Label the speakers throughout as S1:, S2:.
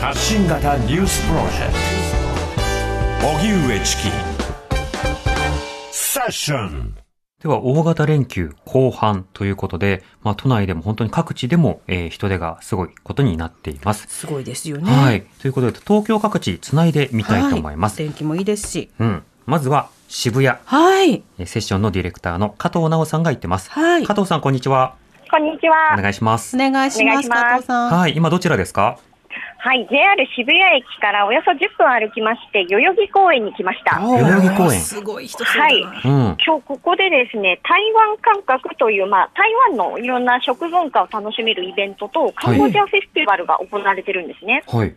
S1: 発信型ニュースプロジェクト荻上チキセッション
S2: では、大型連休後半ということで、まあ、都内でも本当に各地でも、えー人手がすごいことになっています。
S3: すごいですよね。
S2: はい。ということで、東京各地つないでみたいと思います。
S3: 天気もいいですし。
S2: うん。まずは、渋谷、
S3: はい。
S2: えーセッションのディレクターの加藤直さんが行ってます。
S3: はい。
S2: 加藤さん、こんにちは。
S4: こんにち
S2: お
S4: は。
S2: 願いします
S3: お。願いし
S4: お
S3: ま
S4: 願い
S3: す、
S4: します
S3: 加藤さん。
S2: はい。今、どちらですか
S4: はい、JR 渋谷駅からおよそ10分歩きまして、代々木公園に来ました。
S2: 代々木公園
S3: すごい人そう
S4: はい
S3: だな。
S2: うん。
S4: 今日ここでですね、台湾感覚という、まあ、台湾のいろんな食文化を楽しめるイベントと、カンボジアフェスティバルが行われてるんですね。
S2: はい。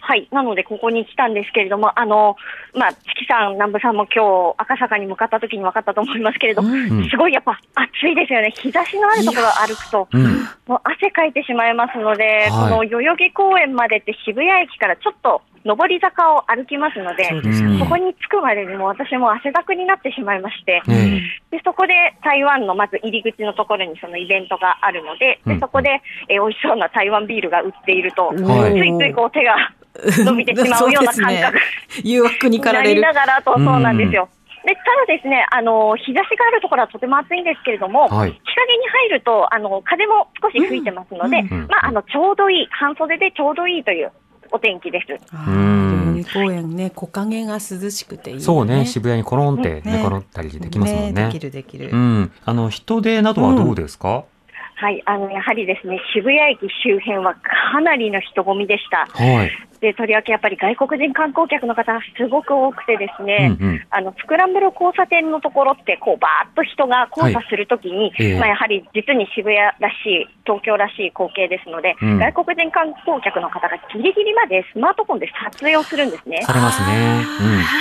S4: はい、なのでここに来たんですけれども、あの、まあ、チキさん、南部さんも今日赤坂に向かった時に分かったと思いますけれども、
S3: うん
S2: うん
S4: す。ごいやっぱ暑いですよね。日差しのあるところを歩くと。
S2: うん。
S4: もう汗かいてしまいますの
S2: は
S4: で、
S2: い
S4: この代々木公園までって渋谷駅からちょっと上り坂を歩きますので、
S3: そうです
S2: うん
S3: ね。
S4: ここに着くまでにもう私も汗だくになってしまいまして、
S2: ええ
S4: でそこで台湾のまず入り口のところにそのイベントがあるので、
S2: うん
S4: でそこで、えー美味しそうな台湾ビールが売っていると、
S2: はい
S4: ついついこう手が伸びてしまうような感覚
S3: 誘惑に駆
S4: にな
S3: られ
S4: り
S3: る。
S4: ながらと、そうなんですよ。でただですね、あの日差しがあるところはとても暑いんですけれども、
S2: はい。
S4: 日陰に入ると、あの、風も少し吹いてますので、
S3: うん
S2: うん
S4: まあ、あの、ちょうどいい、半袖でちょうどいいというお天気です。
S3: あ
S2: うん
S3: ー代々木公園ね、木陰が涼しくていいよね。
S2: そうね、渋谷にコロンって寝
S3: ね
S2: 転ったりできますもんね。
S3: できるできる
S2: う。ん。あの、人手などはどうですか、
S4: はい、あの、やはりですね、渋谷駅周辺はかなりの人混みでした。
S2: はい。
S4: で、とりわけやっぱり外国人観光客の方がすごく多くてです
S2: うんう
S4: ね、
S2: ん。
S4: あの、スクランブル交差点のところって、こう、ばーっと人が交差するときに、
S2: ええ
S4: まあ、やはり実に渋谷らしい、東京らしい光景ですので、
S2: うん
S4: 外国人観光客の方がギリギリまでスマートフォンで撮影をするんですね。
S2: されますね。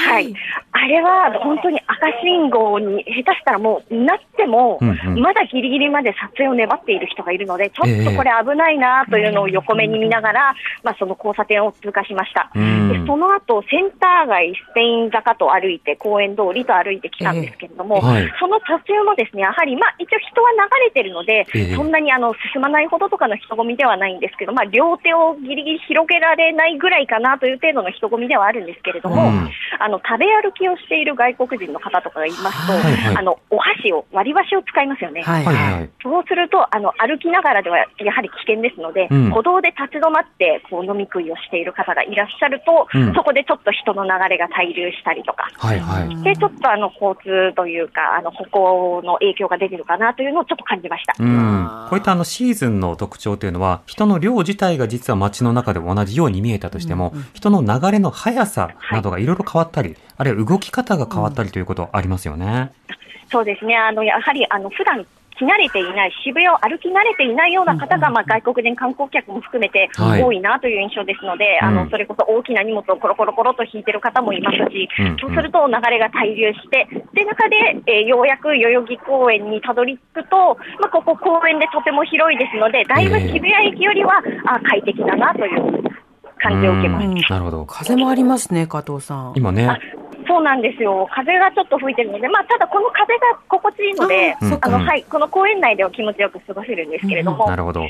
S4: はい。あれは本当に赤信号に下手したらもうなっても、
S2: うん。うんうん。
S4: まだギリギリまで撮影を粘っている人がいるので、ちょ
S2: え
S4: っ
S2: え
S4: とこれ危ないなというのを横目に見ながら、まあその交差点を通過しました。
S2: うん
S4: でその後、センター街、スペイン坂と歩いて、公園通りと歩いてきたんですけれども、
S2: ええはい
S4: その撮影もですね、やはり、まあ一応人は流れてるので、
S2: ええ
S4: そんなにあの進まないほどとかの人混みではないんですけど、まあ両手をギリギリ広げられないぐらいかなという程度の人混みではあるんですけれども、
S2: うん
S4: あの食べ歩きをしている外国人の方とかがいますと、
S2: はいはい
S4: あのお箸を、割り箸を使いますよね。
S3: はい
S2: はい
S3: は。
S2: はいい。
S4: そうするとあの、歩きながらではやはり危険ですので、
S2: うん
S4: 歩道で立ち止まってこう飲み食いをしている方がいらっしゃると、
S2: うん
S4: そこでちょっと人の流れが滞留したりとか、
S2: はいはい。
S4: でちょっとあの交通というか、あの歩行の影響が出てるかなというのをちょっと感じました。
S2: うん、こういったあのシーズンの特徴というのは人の量自体が実は街の中でも同じように見えたとしても、
S3: うんうん
S2: 人の流れの速さなどがいろいろ変わったり、あるいは動き方が変わったりということありますよね。
S4: そうですね、あのやはりあの普段来慣れていない、渋谷を歩き慣れていないような方が、まあ、外国人観光客も含めて
S2: はい
S4: 多いなという印象ですので、あ
S2: うん
S4: のそれこそ大きな荷物をコロコロコロと引いてる方もいますし、
S2: うんうん
S4: そうすると流れが滞留して、で中で、えーようやく代々木公園にたどり着くと、まあ、ここ公園でとても広いですので、だいぶ渋谷駅よりは、あ快適だなという感じを受けます。
S2: うんなるほど。
S3: 風もありますね、加藤さん。
S2: 今ね、
S4: そうなんですよ。風がちょっと吹いてるので、まあ、ただこの風が心地いいので、
S2: あーそっか
S4: あの、はい、この公園内では気持ちよく過ごせるんですけれども、
S2: なるほど。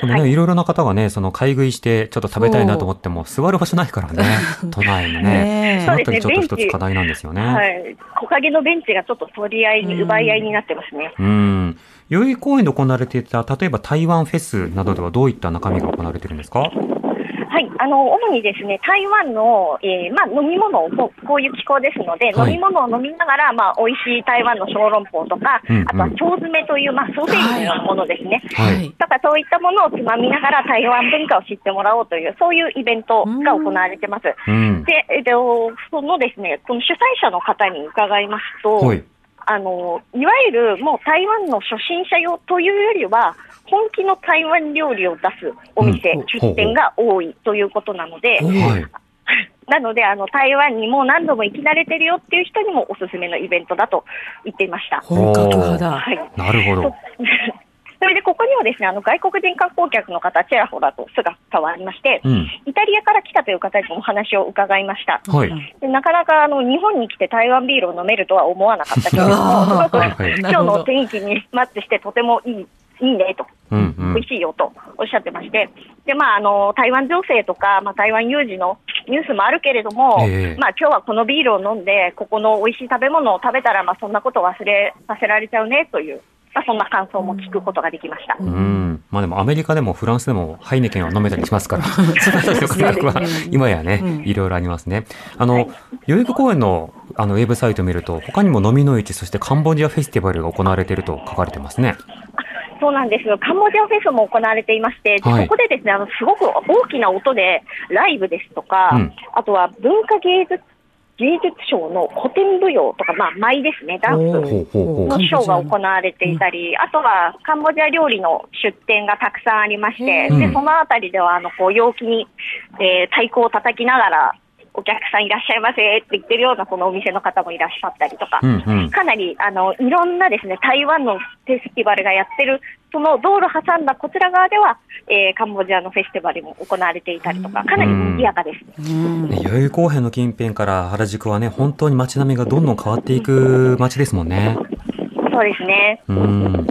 S2: でもね、、
S4: はい
S2: ろいろな方がね、その買い食いしてちょっと食べたいなと思っても座る場所ないから ね、都内のね
S3: ね。え
S2: そのあたりちょっと一
S4: そうですねベ
S2: つ
S4: ンチ
S2: 課題なんですよね。
S4: はい、木陰のベンチがちょっと取り合いに、
S3: うん
S4: 奪い合いになってますね。
S2: うん。代々木公園で行われていた、例えば台湾フェスなどではどういった中身が行われてるんですか
S4: はい、あの、主にですね、台湾の、えーまあ、飲み物をこう、こういう気候ですので、
S2: はい
S4: 飲み物を飲みながら、まあ、美味しい台湾の小籠包とか、
S2: うんうん
S4: あとは腸詰めという、まあ、ソーセージのようなものですね。
S2: はい
S3: はい。
S4: とかそういったものをつまみながら台湾文化を知ってもらおうという、そういうイベントが行われてます。
S2: うん。
S4: で、えっと、そのですね、この主催者の方に伺いますと、
S2: はい。
S4: あの、いわゆるもう台湾の初心者用というよりは、本気の台湾料理を出すお店、
S2: うん
S4: 出店が多いということなので、
S2: はい。
S4: なので、あの、台湾にもう何度も行き慣れてるよっていう人にもおすすめのイベントだと言っていました。
S3: 本格派だ。
S4: はい。
S2: なるほど。
S4: それで、ここにはですね、あの、外国人観光客の方、ちらほらと姿はありまして、
S2: うん。
S4: イタリアから来たという方にもお話を伺いました。
S2: はい。
S4: でなかなかあの日本に来て台湾ビールを飲めると は思わなかったけれども、す
S3: あ
S4: ご
S3: ー
S4: く
S2: はい
S4: 今日の天気にマッチしてとてもいいいいねと
S2: うんうん
S4: 美味しいよとおっしゃってまして、でまあ、あの台湾情勢とか、まあ、台湾有事のニュースもあるけれども、
S2: ええ
S4: まあ今日はこのビールを飲んで、ここの美味しい食べ物を食べたら、まあ、そんなことを忘れさせられちゃうねという、まあ、そんな感想も聞くことができました。
S2: うん。まあでもアメリカでもフランスでもハイネケンは飲めたりし ますから。そういう感覚は
S3: うん
S2: 今やね、
S3: うん
S2: いろいろありますね。あの、
S4: はい
S2: 代々木公園のあのウェブサイトを見ると、他にも飲みの市、そしてカンボジアフェスティバルが行われていると書かれてますね。
S4: そうなんです。カンボジアフェスも行われていまして、で
S2: はい
S4: そこでですね、あの、すごく大きな音で、ライブですとか、
S2: うん
S4: あとは文化芸術、芸術賞の古典舞踊とか、まあ、舞ですね、ダンス
S2: ほうほうほう
S4: のショーが行われていたり、あとはカンボジア料理の出店がたくさんありまして、
S2: うん
S4: でそのあたりではあのこう陽気に、えー太鼓を叩きながら、お客さんいらっしゃいませって言ってるようなそのお店の方もいらっしゃったりとか、
S2: うんうん。
S4: かなりあのいろんなですね台湾のフェスティバルがやってる、その道路挟んだこちら側では、えーカンボジアのフェスティバルも行われていたりとか、かなり賑やかです。
S3: うん
S2: ね代々木公園の近辺から原宿はね、本当に街並みがどんどん変わっていく街ですもんね。
S4: そうですね。
S2: うん。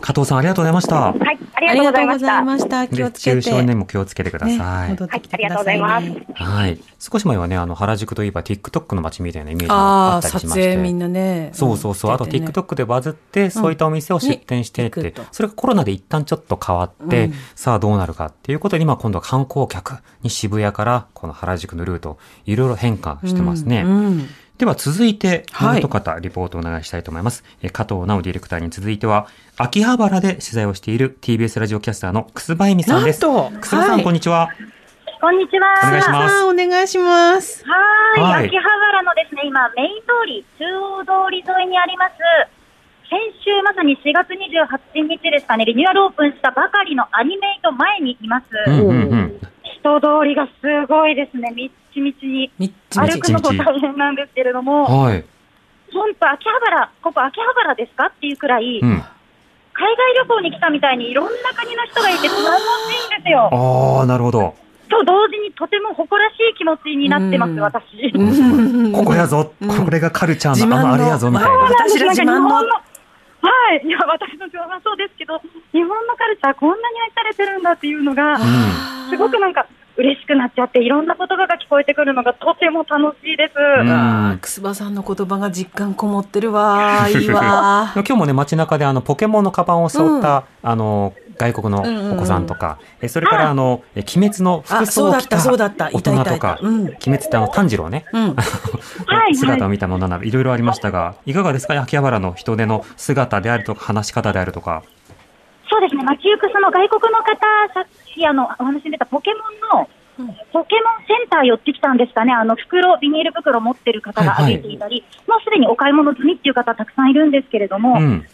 S2: 加藤さんありがとうございました。
S4: はい、あり
S3: あ
S4: がと
S3: り
S4: う
S3: が
S4: ご
S3: と
S4: ざ
S3: うご
S4: いまし
S3: ざいま
S4: た。
S3: した。気を
S2: 熱
S3: つけ
S2: 中
S3: て。
S2: 症にも気をつけてくだ
S3: ね
S2: さい。
S3: 戻ってきてくださいね。
S4: はいありがとうございま
S2: はい。少し前はね、あの、原宿といえば TikTok の街みたいなイメージもあっ
S3: ああ、
S2: たりし
S3: 撮
S2: まして。
S3: 影みんなね。
S2: そうそうそう。あと
S3: 来ててね
S2: TikTok でバズって、そういったお店を出店してっ
S3: うん
S2: て
S3: 行くと、
S2: それがコロナで一旦ちょっと変わって、
S3: うん
S2: さあどうなるかっていうことで、今今度は観光客に渋谷からこの原宿のルート、いろいろ変化してますね。
S3: うんうん
S2: では続いて、も
S3: は
S2: う
S3: い
S2: 一方、リポートをお願いしたいと思います。えー加藤直ディレクターに続いては、秋葉原で取材をしている TBS ラジオキャスターの楠葉恵美さんです。
S3: なんと
S2: 楠葉さん、
S3: はい
S2: こんにちは。
S5: こんにちは。
S2: お願いします
S3: あーお願いします。
S5: は
S2: はい
S5: い。秋葉原のですね、今、メイン通り、中央通り沿いにあります、先週まさに4月28日ですかね、リニューアルオープンしたばかりのアニメイト前にいます。
S2: うんうんうん。
S5: 人通りがすごいですね、みっちみちに。
S3: みっちみ
S2: みち
S3: ち。
S5: 歩くのも大変なんですけれども、
S2: はい。
S5: 本当秋葉原、ここ秋葉原ですかっていうくらい、
S2: う
S5: 海
S2: ん。
S5: 外旅行に来たみたいにいろんな国の人がいて、楽しいんですよ。
S2: ああ、なるほど。
S5: と同時にとても誇らしい気持ちになってま
S3: う
S5: す、
S3: ん
S5: 私。
S3: うん
S2: ここやぞ、
S3: うん
S2: これがカルチャー
S3: 自
S2: の
S3: 慢
S2: あ
S3: の
S2: のあれやぞみたい
S3: あ
S2: な。
S3: 私ら自慢の
S5: なんか日本のはい、いや、私の自慢はそうですけど、日本のカルチャー、こんなに愛されてるんだっていうのが、すごくなんか、嬉しくなっちゃって、いろんな言葉が聞こえてくるのがとても楽しいです。
S2: うん
S3: あーくすばさんの言葉が実感こもって るわー。いいわー。
S2: 今日もね街中であのポケモンのカバンを背負った、あの外国のお子さんとか、えそれからあのえ鬼滅の服
S3: あ、そ
S2: 装を
S3: うだっ
S2: 着た
S3: た、そうだった。
S2: 大
S3: いたい
S2: 人
S3: た
S2: と
S3: いた
S2: か。。
S3: うん。
S2: 鬼滅ってあの炭治郎ね、
S3: うん。
S5: はい
S2: 姿を見たものなどいろいろありましたが、いかがですか秋葉原の人出の姿であるとか話し方であるとか。
S5: そうですね、街行くその外国の方、さっきあのお話に出たポケモンの、ポケモンセンター寄ってきたんですかね、あの袋、ビニール袋持ってる方が
S2: はいはい
S5: 歩いていたり、もうすでにお買い物済みっていう方、たくさんいるんですけれども、
S2: うん。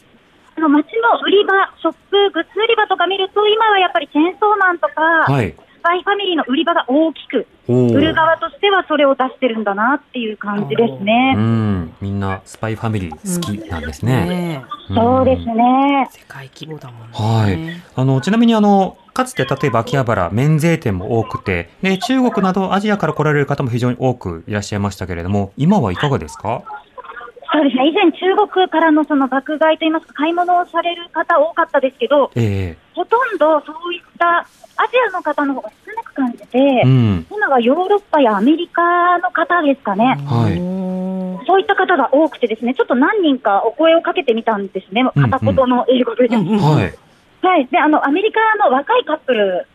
S5: あの街の売り場、ショップ、グッズ売り場とか見ると、今はやっぱりチェーンソーマンとか、
S2: はい。
S5: スパイファミリーの売り場が大きく、
S2: お
S5: 売る
S2: ー
S5: 側としてはそれを出してるんだなっていう感じです
S2: う
S5: ね。
S2: ん。みんなスパイファミリー好きなんですね。
S3: ねえ
S2: ん
S5: そうですね。
S3: 世界規模だもんね。
S2: はい。あの、ちなみにあの、かつて例えば秋葉原、免税店も多くて、で、中国などアジアから来られる方も非常に多くいらっしゃいましたけれども、今はいかがですか
S5: そうですね。以前中国からのその爆買いといいますか、買い物をされる方多かったですけど、
S2: え
S5: ほとんどそういったアジアの方の方が少なく感じて、
S2: えうん。
S5: 今はヨーロッパやアメリカの方ですかね。
S2: はい
S3: うん
S5: そういった方が多くてですね、ちょっと何人かお声をかけてみたんですね、
S2: うんうん
S5: 片言の英語で。
S3: うん
S2: はい。
S5: はい。で、あの、アメリカの若いカップル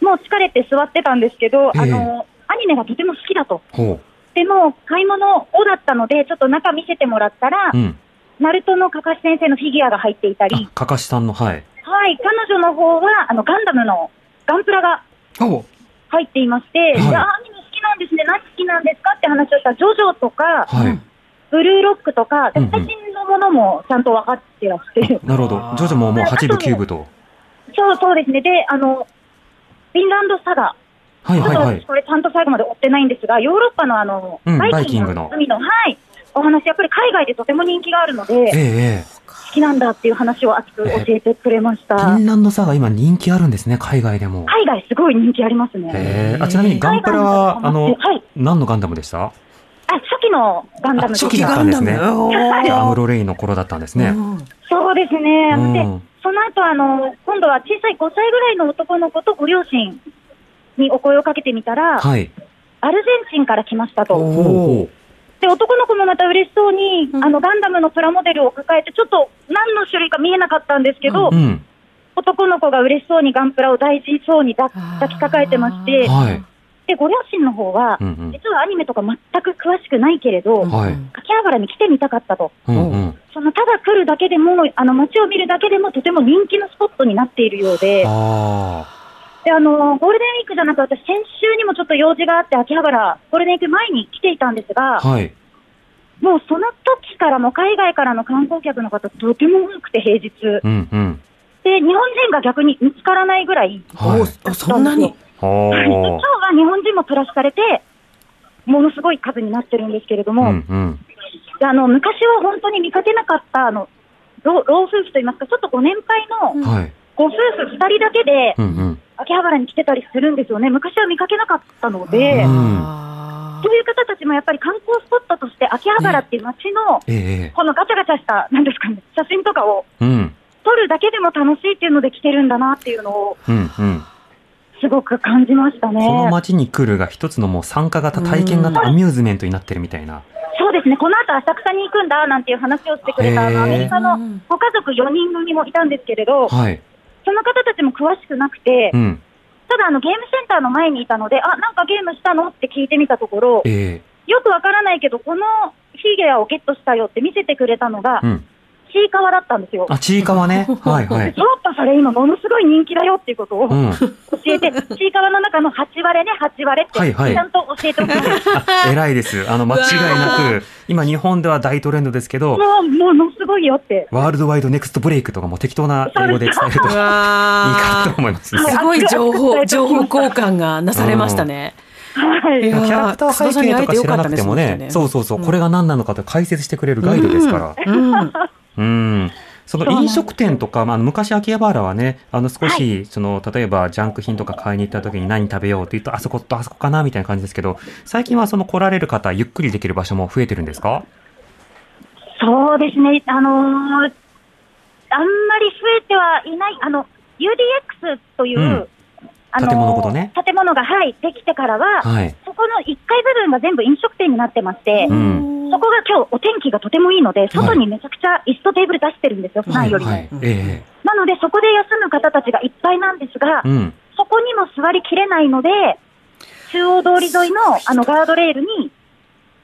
S5: も疲れて座ってたんですけど、
S2: ええ
S5: あの、アニメがとても好きだと。
S2: ほ
S5: でも、買い物をだったので、ちょっと中見せてもらったら、
S2: う。うん。
S5: ナルトのかかし先生のフィギュアが入っていたり、
S2: あ、かかしさんの、はい。
S5: はい、彼女の方は、あの、ガンダムのガンプラが
S2: ほ
S5: 入っていまし
S2: い
S5: て、であアニメ好きなんですね、何好きなんですかって話をしたら、ジョジョとか、
S2: はい。
S5: ブルーロックとか、
S2: うん
S5: 最
S2: うん
S5: 新のものもちゃんと分かってらして、
S2: なるほど。ジョジョももう8部、9部と。
S5: そうそうですね、で、あの、フィンランドサガ、
S2: はいはいは
S5: ちょっと私
S2: い。
S5: これちゃんと最後まで追ってないんですが、ヨーロッパのあの、
S2: うん
S5: バイキングの
S2: バ
S5: 海の、はい、お話、やっぱり海外でとても人気があるの
S2: ええ
S5: で、
S2: え
S5: 好きなんだっていう話を熱く教えてくれまし
S2: え。フィ
S5: た。
S2: ンランドサガ今人気あるんですね、海外でも。
S5: 海外すごい人気ありますね。
S2: ええあ、ちなみにガンプラは、あの、
S5: はい。
S2: 何のガンダムでした
S5: あ、初期のガンダムです
S2: あ初期だったんですね
S3: ガンダム
S2: アムロレイの頃だったんですね。
S3: うん
S5: そうですね。
S2: う
S5: で
S2: ん、
S5: そその後あの、今度は小さい5歳ぐらいの男の子とご両親にお声をかけてみたら、
S2: はい。
S5: アルゼンチンから来ましたと。
S2: ほうほ
S5: で、男の子もまた嬉しそうに、
S3: うん
S5: あの、ガンダムのプラモデルを抱えて、ちょっと何の種類か見えなかったんですけど、
S2: う。うん。
S5: 男の子が嬉しそうにガンプラを大事そうに抱
S3: あー
S5: 抱きかかえてまして
S2: はい。
S5: で、ご両親の方は
S2: う、ん
S5: 実はアニメとか全く詳しくないけれど、
S3: うん
S2: はい
S5: 柿原に来てみたかったと。
S2: うん。うんうん。
S5: そのただ来るだけでも、あの街を見るだけでもとても人気のスポットになっているようで、
S2: あ
S5: であのゴールデンウィークじゃなく、私、先週にもちょっと用事があって、秋葉原、ゴールデンウィーク前に来ていたんですが
S2: あ。、はい。
S5: もうその時からもう海外からの観光客の方、とても多くて、平日。
S2: うんうん。
S5: で、日本人が逆に見つからないぐらい、
S2: はい。
S3: おおそんなに。
S5: はいで今
S2: は
S5: 日は日本人 もプラスされて、ものすごい数になってるんですけれど
S2: あ。う
S5: も、
S2: んうん。
S5: であの昔は本当に見かけなかったあの老老夫婦といいますか、ちょっとご年配の
S2: はい。
S5: ご夫婦2人だけで
S2: うんうん。
S5: 秋葉原に来てたりするんですよね、昔は見かけなかったの
S2: え
S5: で、
S2: うん
S3: あ
S5: そういう方たちもやっぱり観光スポットとして、秋葉原っていう街の、
S2: えええ
S5: このガチャガチャした、なんですかね、写真とかを
S2: え。うん。
S5: 撮るだけでも楽しいっていうので来てるんだなっていうのを、
S2: うんうん。
S5: すごく感じましたね。
S2: この街に来るが一つのもう参加型、体験型アミューズメントになってるみたいな。
S5: そうですね、この後浅草に行くんだなんていう話をしてくれたあの
S2: へー
S5: アメリカ
S3: ー
S5: のご家族4人組もいたんですけれど、
S2: はい。
S5: その方たちも詳しくなくて
S2: う、ん。
S5: ただあのゲームセンターの前にいたので、あなんかゲームしたのって聞いてみたところ、
S2: え
S5: よくわからないけど、このフィギュアをゲットしたよって見せてくれたのが
S2: え。う、ん。
S5: ちいかわだったんですよ。
S2: あ、ちいかわね。はいはい
S5: で。ちょっとそれ今、ものすごい人気だよっていうことを
S2: う
S5: 教
S2: ん。
S5: え て、ちいかわの中の8割れね、8割れって、
S2: はいはい
S5: ちゃんと教えておきます。
S2: 偉いです。あの、間違いなく、今日本では大トレンドですけど、
S5: もう、ものすごいよって。
S2: ワールドワイドネクストブレイクとかも適当な英語で伝えると
S3: う
S2: いいかな
S3: わ
S2: と思います。
S5: はい
S3: ーすごい情報、情報交換がなされましたね。
S5: はい。
S3: い
S2: キ
S3: や
S2: ャラクター背景とか知らなくても
S3: 須田さんに会
S2: ね
S3: えてよかったで、す
S2: そうそうそう、
S3: うん
S2: これが何なのかと解説してくれるガイドですから。
S3: うん。
S2: うん。その飲食店とか、まあ、昔秋葉原はね、あの少し、その、例えばジャンク品とか買いに行った時に何食べようって言うと、あそことあそこかなみたいな感じですけど、最近はその来られる方、ゆっくりできる場所も増えてるんですか
S5: そうですね、あのーあんまり増えてはいない、あの、UDX という、
S2: うん
S5: あのー
S2: 建物ごとね
S5: 建物が、はい、できてからは、
S2: はい。
S5: そこの1階部分が全部飲食店になってまして、
S2: うん
S5: そこが今日お天気がとてもいいので、外にめちゃくちゃ椅子とテーブル出してるんですよ、普
S2: は
S5: 段
S2: い、
S5: よりも。
S2: はい。え
S5: なので、そこで休む方たちがいっぱいなんですが、
S2: えうん。
S5: そこにも座りきれないので、中央通り沿いのあのガードレールに、
S3: うん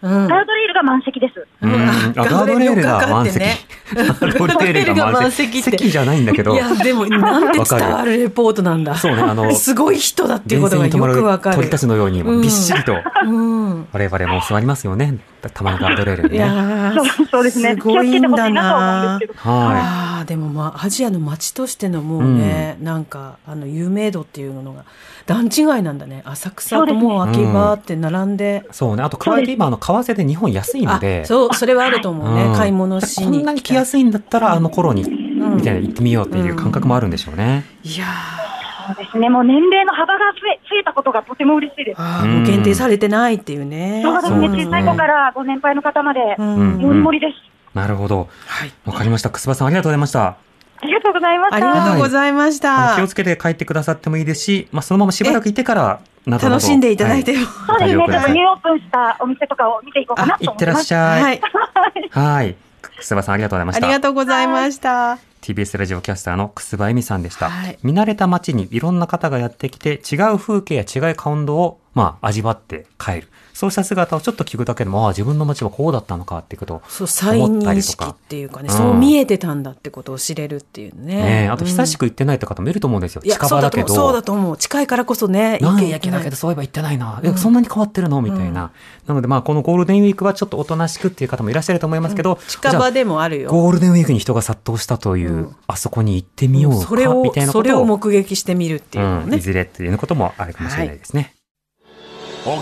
S5: ガードレールが満席です。
S2: うん。あ、ガードレールが満席。 ガードレールが満席。
S3: ガードレールが満席って
S2: 席じゃないんだけど
S3: い、や、でも、なんて伝わるレポートなんだ。
S2: そうね、あの、
S3: すごい人だっていう
S2: 電線
S3: ことが
S2: に
S3: よ
S2: 止ま
S3: くわ
S2: る
S3: かる。
S2: 鳥たちのように、
S3: うん
S2: びっしりと。
S3: うん。
S2: 我々も座りますよね。たまにガードレールに
S3: い
S2: ね。
S3: やー
S5: そうそうですね。
S3: すごい
S5: 気をつけて
S3: ん
S5: ほし
S3: だ
S5: いなとは思うん
S3: な
S5: ですけ。ど。
S2: は
S3: あーでもまあアジアの街としてのもうね、なんかあの有名度っていうのが段違いなんだね浅草ともう秋葉って並んで
S2: い。そうね。あと、加えて今、あの、為替で日本安いの
S3: あ
S2: で、
S3: そうそれはあると思うね、
S2: うん
S3: 買い物し
S2: こ
S3: に
S2: んなに来やすいんだったら、あの頃に、
S3: い、うん
S2: みたいな行ってみようっていう感覚もあるんでしょうね。
S3: いやー
S5: そうですね。もう年齢の幅が増え増えたことがとても嬉しいです。
S3: あーもう限定されてないっていうね、
S5: そうです
S2: そうです
S5: ね。
S2: ね
S5: 小さい子からご年配の方まで、
S3: うん
S2: うん
S5: 盛り盛りです。
S2: なるほど。
S3: はい
S2: わかりました。くすばさん、ありがとうございました。
S5: ありがとうございました。
S3: ありがとうございまし
S2: あの
S3: た、
S2: 気をつけて帰ってくださってもいいですし、まあ、そのまましばらくいてから、などなど
S3: 楽しんでいただいて
S2: は
S3: も、
S5: そうですね。
S2: お便りをく
S5: ちょっと
S2: ださ
S5: ニュ
S2: い
S5: ーオープンしたお店とかを見ていこうかなと
S2: 行っ
S5: 思い
S2: てらっ
S5: ます。
S2: しゃい。
S3: は
S2: はい。
S3: い、
S2: くすばさん、ありがとうございま
S3: あ
S2: し
S3: り
S2: た。
S3: がとうございました。
S2: TBS ラジオキャスターの楠葉恵美さんでした、
S3: はい
S2: 見慣れた街にいろんな方がやってきて違う風景や違う感動をまあ味わって帰るそうした姿をちょっと聞くだけでもああ自分の街はこうだったのかっていうこと
S3: そう再認識っていうか
S2: 思ったり
S3: ね
S2: とか
S3: そう見えてたんだってことを知れるっていうね
S2: ねえあと久し
S3: く、
S2: く行ってないって方もいると思うんですよ、
S3: いや
S2: 近
S3: そ
S2: 場
S3: う
S2: だ
S3: だと
S2: け
S3: 思うそうだ
S2: ど
S3: と思う近いからこそね
S2: な
S3: 行
S2: ん
S3: け
S2: や
S3: 行け
S2: け
S3: な
S2: だ
S3: い
S2: けどそういえば行ってないな、
S3: うん
S2: えそんなに変わってるのみたいな、なのでまあこのゴールデンウィークはちょっとおとなしくっていう方もいらっしゃると思いますけど、
S3: 近場でもある
S2: じゃあ
S3: よ
S2: ゴールデンウィークに人が殺到したという、
S3: うん
S2: あそこに行ってみようか
S3: それを
S2: みたいなこと
S3: それを目撃してみるっていうのも
S2: うん、い
S3: ね、
S2: ずれっていうこともあるかもしれないですね、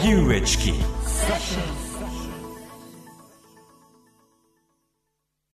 S1: 荻上チキ